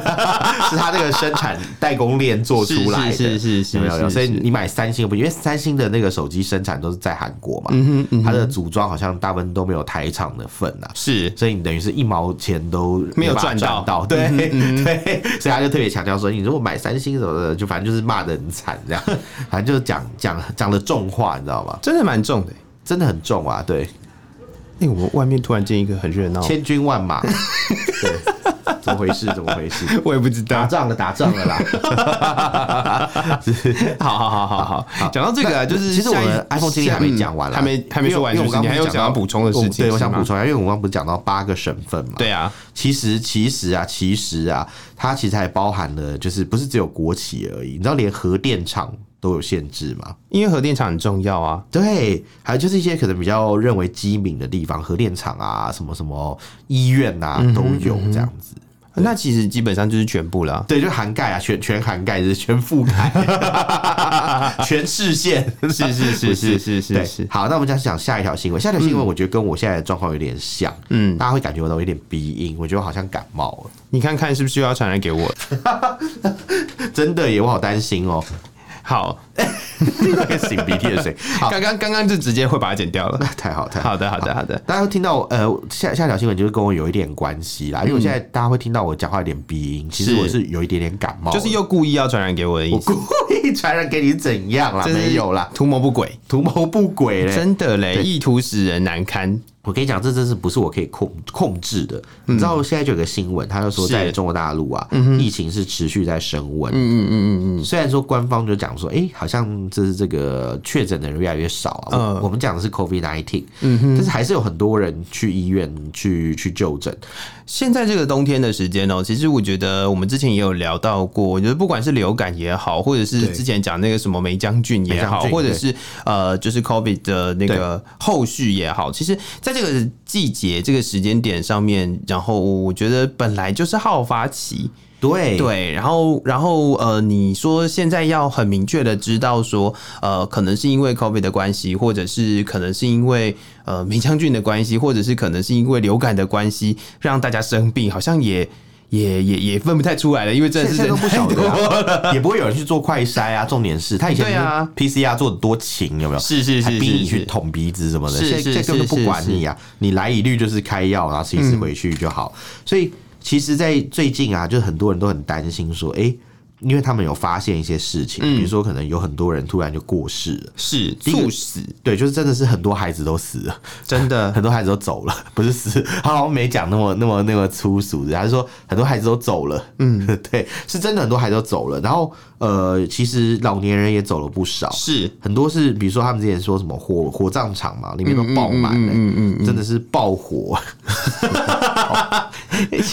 A: 是他这个生产代工链做出来的，
B: 是是是是
A: 有没有
B: 是
A: 有？
B: 是
A: 所以你买三星不，因为三星的那个手机生产都是在韩国嘛，它的组装好像大部分都没有台厂的份啊，
B: 是
A: 所以你等于是一毛钱都
B: 没有
A: 办法赚
B: 赚到
A: 到，嗯对对，所以他就特别强调说，你如果买三星什么的，就反正就是骂的很惨这样， 反正就是讲讲讲的重话，你知道吗？
B: 真的蛮重的。
A: 真的很重啊，对，
B: 哎、我们外面突然间一个很热闹，
A: 千军万马，哦 对，怎么回事？怎么回事？
B: 我也不知
A: 打
B: 道。
A: 仗了，打仗了 啦！
B: 好好好好好，讲到这个啊，就是
A: 其实我
B: 下一
A: 们 iPhone 今天还没讲完啦，
B: 还没还没说完，
A: 因
B: 就
A: 为
B: 是
A: 我刚
B: 你还有想要补充的事情，
A: 哦对，我想
B: 是吗
A: 补。充一下，因为我们刚刚不是讲到八个省份嘛？
B: 对啊，
A: 其实，其实啊，其实啊，它其实还包含了，就是不是只有国企而已，你知道连核电厂都有限制吗？
B: 因为核电厂很重要啊。
A: 对，还有就是一些可能比较认为机敏的地方，核电厂啊，什么什么医院呐、
B: 嗯
A: 都有这样子。
B: 那其实基本上就是全部啦。
A: 对，就涵盖啊，全全涵盖， 就是全覆盖，全视线。
B: 是是是是是
A: 对
B: 是是，嗯
A: 好，那我们再讲下一条新闻。下一条新闻，我觉得跟我现在的状况有点像，嗯，大家会感觉我到有点鼻音，我觉得我好像感冒了。
B: 你看看是不是又要传染给我？
A: 真的耶，我好担心哦、
B: 好，
A: 那个擤鼻涕的 水。好，
B: 刚刚刚刚就直接会把它剪掉 了。
A: 太好太好。
B: 好的好的好的，
A: 大家会听到呃下下一条新闻就是跟我有一点关系啦，因为我现在大家会听到我讲话有点鼻音，其实
B: 嗯是
A: 我是有一点点感冒的，
B: 就是又故意要传染给我的意
A: 我
B: 思，
A: 故意传染给你是怎样啦？
B: 真是
A: 没有啦，
B: 图谋不轨，
A: 图谋不轨嘞！
B: 真的嘞，意图使人难堪。
A: 我跟你讲，这真是不是我可以控控制的。你知道现在就有个新闻，他就说
B: 嗯是
A: 在中国大陆啊，疫情是持续在升温。
B: 嗯嗯嗯嗯，
A: 虽然说官方就讲说，哎、好像这是这个确诊的人越来越少啊。我
B: 嗯
A: 我们讲的是 COVID nineteen，、但是还是有很多人去医院去去就诊。
B: 现在这个冬天的时间哦、其实我觉得我们之前也有聊到过，我觉得不管是流感也好，或者是
A: 对
B: 之前讲那个什么梅将军也
A: 梅将
B: 好，
A: 军
B: 或者是呃，就是 COVID 的那个后续也好，其实在这个季节、这个时间点上面，然后我觉得本来就是好发期，
A: 对
B: 对，然后然后呃，你说现在要很明确的知道说，呃，可能是因为 COVID 的关系，或者是可能是因为呃梅将军的关系，或者是可能是因为流感的关系，让大家生病，好像也也也也分不太出来了，因为真的
A: 现
B: 是
A: 在
B: 人
A: 都不晓
B: 太
A: 得、
B: 多了
A: 啊，也不会有人去做快筛啊。重点是他以前
B: 对啊
A: 就是 PCR 做的多勤，有没有？
B: 是是
A: 还
B: 是
A: 逼
B: 是
A: 你去
B: 是，
A: 捅鼻子什么的，
B: 是
A: 现在
B: 是
A: 现在根本
B: 是
A: 就不
B: 是嗯
A: 管你啊，你来一律就是开药，然后吃一次回去就好。所以其实，在最近啊，就很多人都很担心说，哎、因为他们有发现一些事情，
B: 嗯
A: 比如说可能有很多人突然就过世了，
B: 是
A: 一个
B: 猝死，
A: 对，就是真的是很多孩子都死了，
B: 真的
A: 很多孩子都走了，不是死，他好像没讲那么那么那么粗俗的，他是说很多孩子都走了，嗯， 对，是真的很多孩子都走了，然后呃，其实老年人也走了不少，
B: 是
A: 很多是，比如说他们之前说什么火火葬场嘛，里面都爆满、欸，真的是爆火。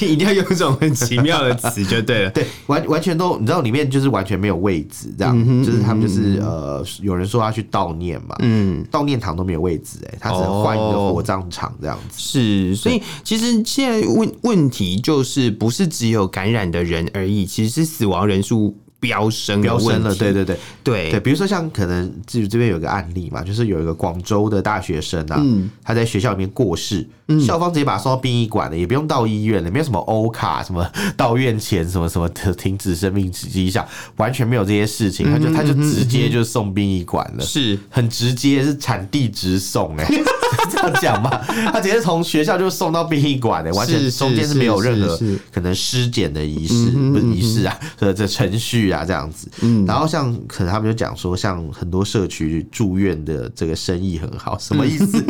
B: 一定要用这种很奇妙的词就对了。
A: 对，完完全都，你知道里面就是完全没有位置，这样，就是他们就是呃，有人说要去悼念嘛，嗯，悼念堂都没有位置、欸，哎，他只能换一个
B: 哦
A: 火葬场这样子。
B: 是，所以其实现在问问题就是，不是只有感染的人而已，其实是死亡人数飙升
A: 飙升了，
B: 了，
A: 对对对
B: 对
A: 对，比如说像可能这这边有个案例嘛，就是有一个广州的大学生啊，他在学校里面过世，校方直接把他送到殡仪馆了，也不用到医院了，没有什么欧卡什么到院前什么什么的停止生命迹象，完全没有这些事情，他就他就直接就送殡仪馆了，
B: 是
A: 很直接，是产地直送哎、欸 这样讲嘛，他直接从学校就送到殡仪馆哎，完全
B: 是
A: 中间是没有任何
B: 是嗯是是
A: 可能尸检的仪式，不是仪式啊，这这程序啊这样子。
B: 嗯
A: 然后像可能他们就讲说，像很多社区住院的这个生意很好，什么意 思？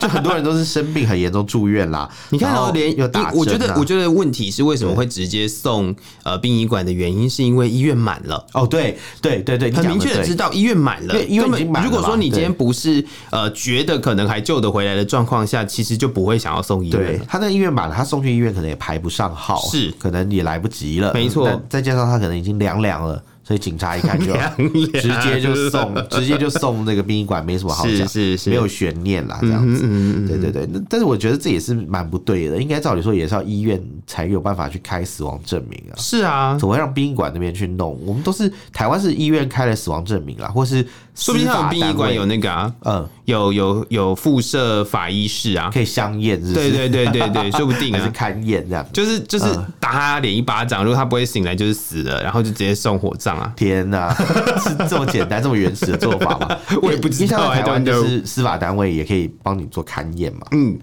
A: 就很多人都是生病很严重住院啦。
B: 你看
A: 然
B: 哦
A: 后，
B: 连
A: 有打针啊、
B: 我觉得，我觉得问题是为什么会直接送呃殡仪馆的原因，是因为医院满了。
A: 哦，对对对对，你
B: 很
A: 讲
B: 明
A: 得
B: 确的
A: 对
B: 知道医院满了，
A: 对医院
B: 根本
A: 已经满了
B: 如果说
A: 嘛
B: 你今天
A: 对
B: 不是呃觉得可能还救得回来的状况下，其实就不会想要送医院
A: 对
B: 了。
A: 他那个医院满了，他送去医院可能也排不上号，
B: 是
A: 可能也来不及了，
B: 没错
A: 但再加上他可能已经凉凉了，所以警察一 看就直接就送，直接就送那个殡仪馆，没什么好
B: 是
A: 讲，
B: 是嗯是
A: 没有悬念啦，这样子。对对对，那但是我觉得这也是蛮不对的，应该照理说也是要医院才有办法去开死亡证明啊。
B: 是啊，
A: 怎么会让殡仪馆那边去弄？我们都是台湾是医院开了死亡证明啦，或是
B: 说不定他
A: 司
B: 们
A: 法
B: 殡仪
A: 单
B: 馆
A: 位
B: 有那个啊，
A: 嗯
B: 有有有附设法医室啊，
A: 可以相验，是不
B: 对
A: 是？
B: 对对对 对，说不定
A: 还是嗯
B: 啊。
A: 勘验这样子。
B: 就是就是打他脸一巴掌，如果他不会醒来，就是死了，然后就直接送火葬啊。
A: 天呐， 是这么简单、这么原始的做法吗？
B: 我也不知
A: 因
B: 道
A: 为像在台
B: I don't
A: 湾
B: know
A: 就是司法单位也可以帮你做勘验嘛。
B: 嗯，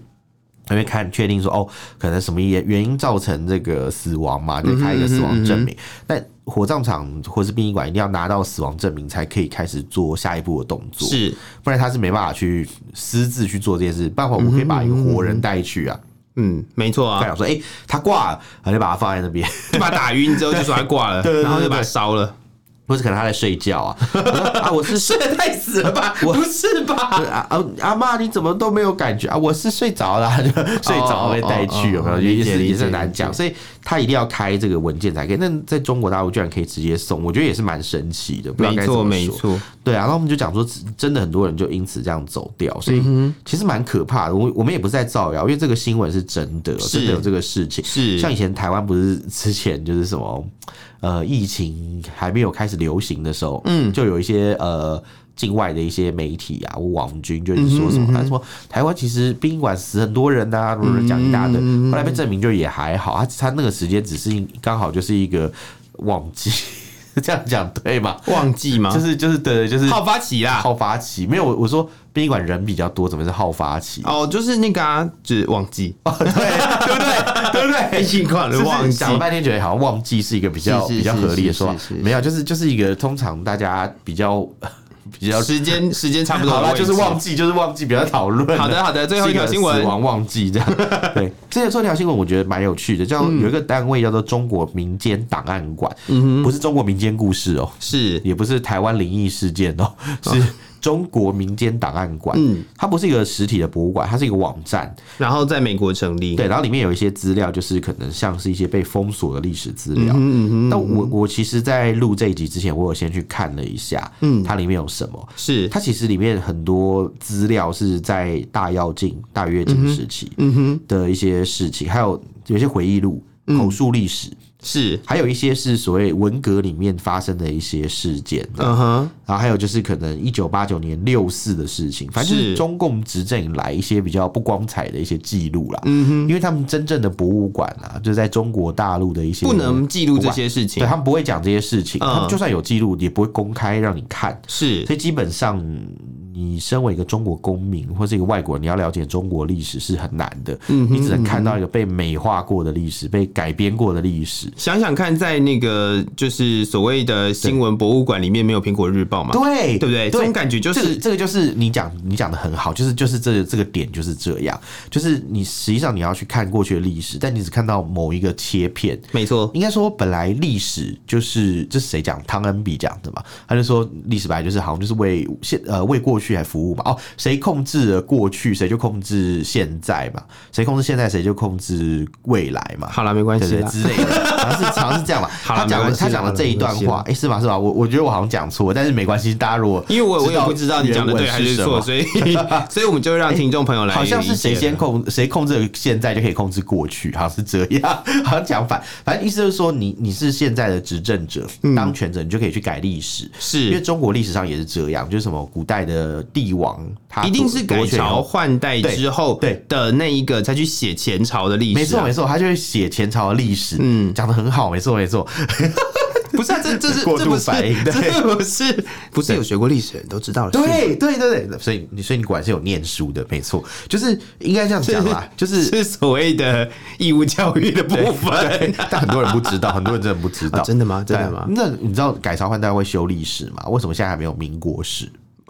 A: 因为看确定说哦，可能什么原原因造成这个死亡嘛，就开一个死亡证
B: 嗯
A: 明。但火葬场或是殡仪馆一定要拿到死亡证明，才可以开始做下一步的动作，
B: 是
A: 不然他是没办法去私自去做这件事。办法我可以把一个活人带去啊，
B: 嗯，没错
A: 他
B: 啊，
A: 想说，哎、他挂了，然后就把他放在那边，
B: 就把他打晕之后就说他挂了，
A: 对对对
B: 然后就把他烧了，
A: 或是可能他在睡觉 啊，我说啊，我是
B: 睡得太死了 吧？不是吧？
A: 对啊啊阿妈，你怎么都没有感觉啊？我是睡着了， 就睡着被带去，有没
B: 哦哦
A: 有？
B: 哦
A: 也
B: 理解
A: 是
B: 理解
A: 也是很难
B: 理
A: 讲，
B: 解
A: 所以他一定要开这个文件才可以。那在中国大陆居然可以直接送，我觉得也是蛮神奇的，不知道
B: 没
A: 该怎
B: 错
A: 么
B: 没
A: 说。
B: 错，
A: 对啊，然后我们就讲说，真的很多人就因此这样走掉，
B: 嗯
A: 所以其实蛮可怕的。我我们也不是在造谣，因为这个新闻是真的，
B: 是
A: 真的有这个事情。
B: 是
A: 像以前台湾不是之前就是什么呃疫情还没有开始流行的时候，嗯，就有一些呃。境外的一些媒体啊，或网军就是说
B: 嗯
A: 什么，他说台湾其实宾馆死很多人呐、啊，或者讲一大堆，
B: 嗯
A: 后来被证明就也还好，他他那个时间只是刚好就是一个旺季， 这样讲对吗？
B: 忘记吗？
A: 就是就是对，就是
B: 啊好发起啦。
A: 好发期，没有我我说殡仪馆人比较多，怎么是好发期？
B: 哦，就是那个啊，就是忘记，
A: 哦对对不对？对不对？
B: 疫情款
A: 就
B: 的
A: 是
B: 忘记
A: 想了半天，觉得好像忘记是一个比较
B: 是是
A: 比较合理的说
B: 是是
A: 法
B: 是，是
A: 没有，就是就是一个通常大家比较 比较
B: 时间时间差不多
A: 好
B: 了
A: 啦，就是忘。记，就是忘记，比较讨论。
B: 好的好的，最后一条新
A: 是个
B: 闻
A: 死亡忘记 这样。对，之前这条新闻我觉得蛮有趣的，叫
B: 嗯
A: 有一个单位叫做中国民间档案馆，不是中国民间故事哦，
B: 是
A: 也不是台湾灵异事件哦，是中国民间档案馆。
B: 啊嗯
A: 它不是一个实体的博物馆，它是一个网站。
B: 然后在美国成立。
A: 对，然后里面有一些资料，就是可能像是一些被封锁的历史资料。那我我其实，在录这一集之前，我有先去看了一下，嗯，它里面有什么？
B: 是
A: 它其实里面很多资料是在大跃进、大跃进时期，嗯嗯哼的一些事情，还有有些回忆录、口述历史，
B: 是，
A: 还有一些是所谓文革里面发生的一些事件。
B: 嗯哼，
A: 然后还有就是可能一九八九年六四的事情，反正就是是中共执政以来一些比较不光彩的一些记录啦。嗯哼，因为他们真正的博物馆啊，就是在中国大陆的一些
B: 不能记录这些事
A: 对
B: 情。
A: 他们不会讲这些事情，
B: 嗯
A: 他们就算有记录也不会公开让你看。
B: 是
A: 所以基本上，你身为一个中国公民或是一个外国人，你要了解中国历史是很难的。嗯，你只能看到一个被美化过的历
B: 嗯
A: 史，被改编过的历史。
B: 想想看，在那个就是所谓的新闻博物馆里面，没有苹果日报嘛？
A: 对，
B: 对不对？这种感觉就
A: 这个
B: 是
A: 这个就是你讲你讲的很好，就是就是这这个点就是这样，就是你实际上你要去看过去的历史，但你只看到某一个切片。
B: 没错，
A: 应该说，本来历史就是这是谁讲？汤恩比讲的嘛，他就说历史本来就是好像就是为现呃为过去来服务嘛。哦，谁控制了过去，谁就控制现在嘛；谁控制现在，谁就控制未来嘛。
B: 好了，没关
A: 对
B: 系
A: 对
B: 啦。
A: 之类的，好像是好像是这样吧。
B: 啊 好啦
A: 他讲了
B: 没关系啦
A: 他讲了这一段
B: 没关
A: 话，哎、是吗？是吧？我我觉得我好像讲错，但是没关系，大家如果
B: 因为我我也不知道你讲的对
A: 原文
B: 还是
A: 什
B: 错，
A: 么
B: 所以所以我们 就让听众朋友来理解了。
A: 哎好像是谁先控谁控制了现在就可以控制过去，好像是这样，好像讲反，反正意思就是说你你是现在的执政者、当权者，你就可以去改历史，因为
B: 是
A: 中国历史上也是这样，就是什么古代的帝王，他
B: 一定是
A: 夺
B: 改
A: 夺权以后
B: 朝换代之后
A: 对对
B: 的那一个再去写前朝的历史啊、
A: 没错没错，他就会写前朝的历史，嗯，讲的很好，没错没错，
B: 不是、啊、这这是
A: 过
B: 这不
A: 度
B: 是
A: 反应对
B: 这不是不是有学过历史的人都知道了，是
A: 对对对对，所以你所以你果然是有念书的，没错，就是应该这样讲啦，就是
B: 是所谓的义务教育的部分。
A: 但很多人不知道，很多人真的不知道，
B: 啊真的吗真的吗
A: 对那你知道改朝换代会修历史吗？为什么现在还没有民国史？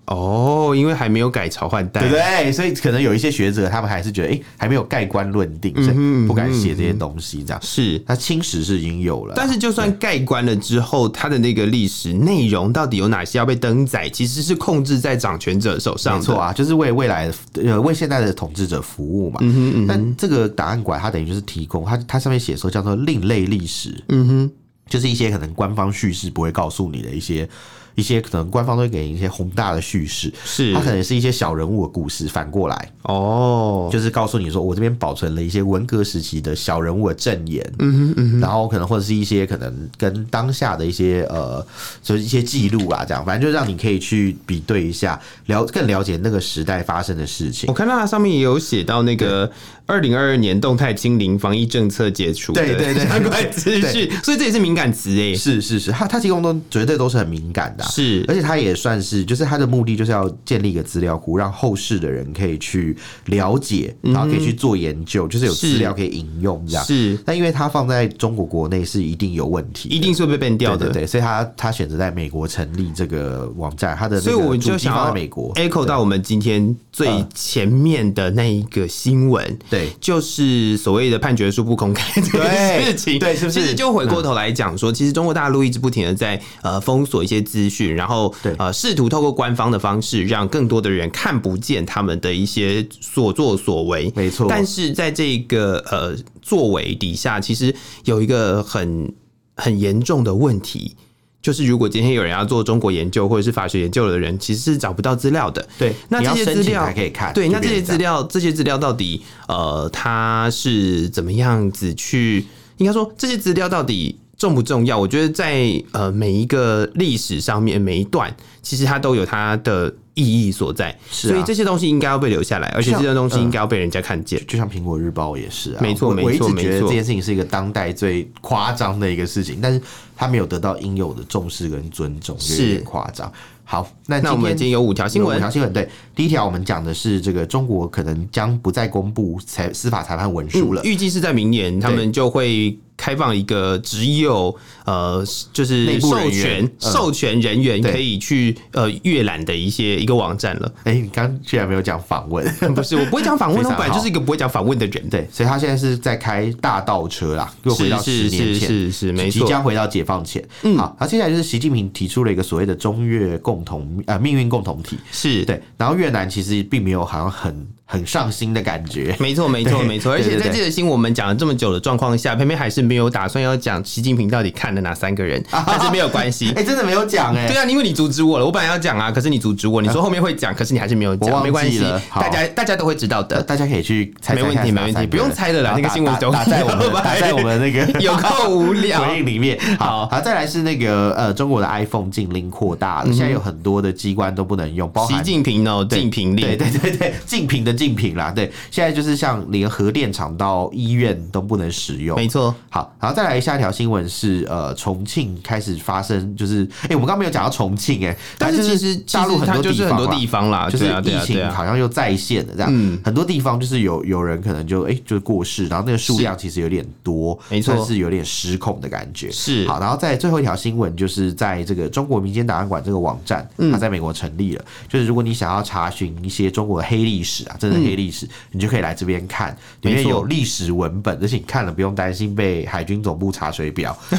B: 哦，因为还没有改朝换代，
A: 对不对？所以可能有一些学者他们还是觉得，哎、还没有盖棺论
B: 嗯
A: 定，所以不敢写这些东西。这样，
B: 是。
A: 那清史是已经有了，
B: 嗯但是，就算盖棺了之后，它的那个历史内容到底有哪些要被登载，其实是控制在掌权者手
A: 没
B: 上的。
A: 错啊，就是为未来的呃为现在的统治者服务嘛。嗯嗯但这个档案馆它等于就是提供它它上面写说叫做另类历史，嗯哼，就是一些可能官方叙事不会告诉你的一些一些可能官方都会给你一些宏大的叙事，
B: 是
A: 它可能是一些小人物的故事，反过来
B: 哦，
A: 就是告诉你说，我这边保存了一些文革时期的小人物的证言，嗯嗯然后可能或者是一些可能跟当下的一些呃，就是一些记录啊啦，这样，反正就让你可以去比对一下，了更了解那个时代发生的事情
B: 我。看到它上面也有写到那个二零二二年动态清零防疫政策解除的
A: 对对对
B: 相关资讯，所以这也是敏感词欸诶、
A: 是是是，他他提供都绝对都是很敏感的啊、
B: 是
A: 而且他也算是，就是他的目的就是要建立一个资料库，让后世的人可以去了解，然后可以去做研究，就是有资料可以引用这样。
B: 嗯是，
A: 但因为它放在中国国内是一定有问题的，
B: 一定是会被 ban 掉的。
A: 对对对，所以他他选择在美国成立这个网站，他的那
B: 所以
A: 个
B: 我们
A: 主
B: 就
A: 机
B: 想
A: 放
B: 要
A: 在美国。嗯
B: echo 到我们今天最前面的那一个新闻，
A: 对
B: 就是所谓的判决书不公开这件
A: 对
B: 事情，
A: 对是不是
B: 其实就回过头来讲说，其实中国大陆一直不停的在呃封锁一些资讯，然后
A: 对
B: 呃试图透过官方的方式，让更多的人看不见他们的一些所作所为。
A: 没错
B: 但是在这个呃作为底下，其实有一个很很严重的问题。就是如果今天有人要做中国研究或者是法学研究的人，其实是找不到资料的。
A: 对
B: 那
A: 你
B: 这
A: 要
B: 些
A: 申
B: 资
A: 请
B: 料
A: 才可以看
B: 对，
A: 就
B: 那这
A: 变
B: 些
A: 成这
B: 资
A: 样
B: 料，这些资料到底呃，它是怎么样子去？应该说这些资料到底重不重要？我觉得在呃每一个历史上面每一段，其实它都有它的意义所在。
A: 是啊
B: 所以这些东西应该要被留下来，而且这
A: 像呃
B: 些东西应该要被人家看见。
A: 就像苹果日报也是啊，
B: 没错
A: 我
B: 没
A: 我一
B: 错
A: 直觉
B: 没
A: 得
B: 错
A: 这件事情是一个当代最夸张的一个事情，但是他没有得到应有的重视跟尊重，就是有点夸张。好，那
B: 那我们今天有五条新
A: 有五
B: 闻
A: 条，新闻对，第一条我们讲的是这个中国可能将不再公布裁司法裁判文书了，
B: 预计是在明年，他们就会开放一个只有呃，就是
A: 内部
B: 授
A: 人员
B: 权
A: 嗯
B: 授权人员
A: 对
B: 可以去呃阅览的一些一个网站了。
A: 哎、你刚居然没有讲访问，
B: 不是，我不会讲访问，
A: 非
B: 我
A: 常好
B: 本来就是一个不会讲访问的人。
A: 对，所以他现在是在开大倒车啦，又回到十
B: 是是
A: 年
B: 是
A: 前，
B: 是是，没
A: 即
B: 错。嗯
A: 将回到解放前。好，然后接下来就是习近平提出了一个所谓的中越共同呃命运共同体，
B: 是，
A: 对，然后越南其实并没有好像很很上心的感觉。
B: 没错，没错，
A: 对
B: 没错。而且
A: 对对
B: 在
A: 对
B: 这个新闻我们讲了这么久的状况下，偏偏还是没有打算要讲习近平到底看了哪三个人，但是没有关系
A: 哎、。真的没有讲哎、
B: 对啊，因为你阻止我了，我本来要讲啊，可是你阻止我，你说后面会讲，可是你还是没有
A: 我忘
B: 讲，
A: 记
B: 没关系
A: 了，好
B: 大家大家都会知道
A: 呃
B: 的。
A: 大家可以去猜
B: 没
A: 猜看
B: 问题
A: 是
B: 没
A: 哪
B: 问题
A: 三个
B: 不用
A: 人
B: 猜了啦
A: 然后
B: 那个
A: 打
B: 新闻
A: 打
B: 都
A: 打在我 们打在我们那个
B: 有够无 聊，
A: 回应里面。
B: 好嗯
A: 好，然后再来是那个呃，中国的 iPhone 禁令扩大了，现在有很多的机关都不能用，包
B: 习
A: 含
B: 近平哦，
A: 对
B: 竞平
A: 对
B: 令，
A: 对对对，竞品的竞品啦，对，现在就是像连核电厂到医院都不能使用。
B: 没错，
A: 好，然后再来下一条新闻是，呃，重庆开始发生，就是，哎、我们刚刚没有讲到重庆、诶哎，
B: 但
A: 它
B: 是
A: 就
B: 其实
A: 大陆
B: 其实
A: 很
B: 它
A: 多
B: 就是
A: 地
B: 很
A: 方
B: 多
A: 啦
B: 地方啦，
A: 就是
B: 对啊对
A: 疫
B: 啊对
A: 情
B: 啊，嗯
A: 好像又再现了这样，很多地方就是有有人可能就哎、就过世，然后那个数量其实有点多，
B: 没错
A: 算是有点失控的感觉。
B: 是
A: 好，然然后在最后一条新闻，就是在这个中国民间档案馆这个网站，
B: 嗯
A: 它在美国成立了。就是如果你想要查询一些中国的黑历史啊，真的黑历史，你就可以来这边看，里
B: 嗯没
A: 面
B: 错
A: 有历史文本，而且你看了不用担心被海军总部查水表，就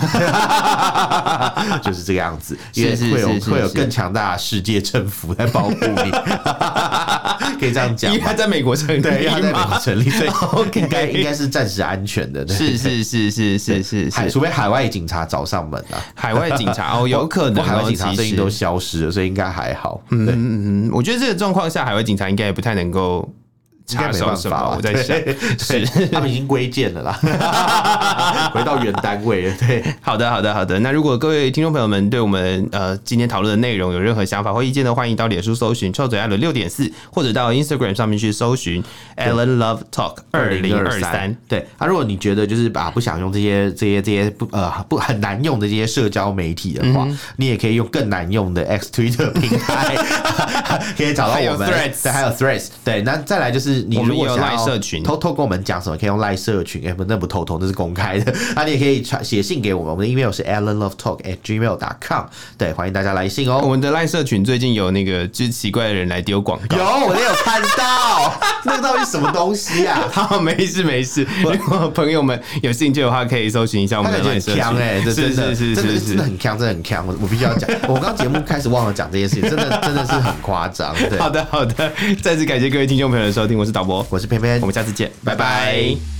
A: 是这个样子，因为
B: 是是
A: 会有
B: 是是
A: 会有
B: 是
A: 更强大的世界政府在保护你， 可以这样讲
B: 因为
A: 吗
B: 他？在美国成立
A: 对，因为它在美国
B: 嘛，
A: 成立，所以
B: OK
A: 应该应该是暂时安全的。对
B: 是是是是是是
A: 海，
B: 是，
A: 除非海外警察找上门啊，
B: 海外警察哦，有可
A: 不过
B: 能
A: 海外
B: 哦
A: 警察
B: 其
A: 最近
B: 实
A: 都消失了，所以应该还好。对，
B: 嗯，我觉得这个状况下，海外警察应该也不太能够
A: 应该
B: 查
A: 没
B: 到
A: 办
B: 什
A: 法
B: 么。
A: 吧。
B: 我在 想，
A: 对
B: 是
A: 对他们已经归建了啦， 回到原单位了。对，
B: 好的，好的，好的。那如果各位听众朋友们对我们呃今天讨论的内容有任何想法或意见的，欢迎到脸书搜寻“臭嘴艾伦六点四”，或者到 Instagram 上面去搜寻 “Alan Love Talk 二零二三”。
A: 对啊，如果你觉得就是啊不想用这些这些这些不呃不很难用的这些社交媒体的话，
B: 嗯
A: 你也可以用更难用的 X Twitter 平台， 可以找到
B: 还有
A: 我们。
B: Threads
A: 对，还有 Threads。对，那再来就是你
B: 我们
A: 如果
B: 也有
A: 想
B: Line
A: 要
B: 社群
A: 偷偷跟我们讲什么，可以用赖社群，哎、不，那不偷偷，那是公开的。 那你也可以传写信给我们，我们的 email 是 allenlovetalk e at gmail dot com。对，欢迎大家来信哦。
B: 我们的赖社群最近有那个就是奇怪的人来丢广告。
A: 有，我都有看到， 那个到底是什么东西啊？
B: 好，没事没事。如果朋友们有兴趣的话，可以搜寻一下我
A: 他
B: 们
A: 感
B: 的
A: 觉很
B: 赖社群。
A: 强哎、这
B: 是
A: 真的
B: 是是
A: 真的
B: 是
A: 真的
B: 是。
A: 很强，真的很强。我我必须要讲，我刚节目开始忘了讲这件事情，真的真的是很夸张。对
B: 好，的好的，再次感谢各位听众朋友的收听，我是导播，
A: 我是偏偏
B: 我，们下次见，
A: 拜拜
B: 拜拜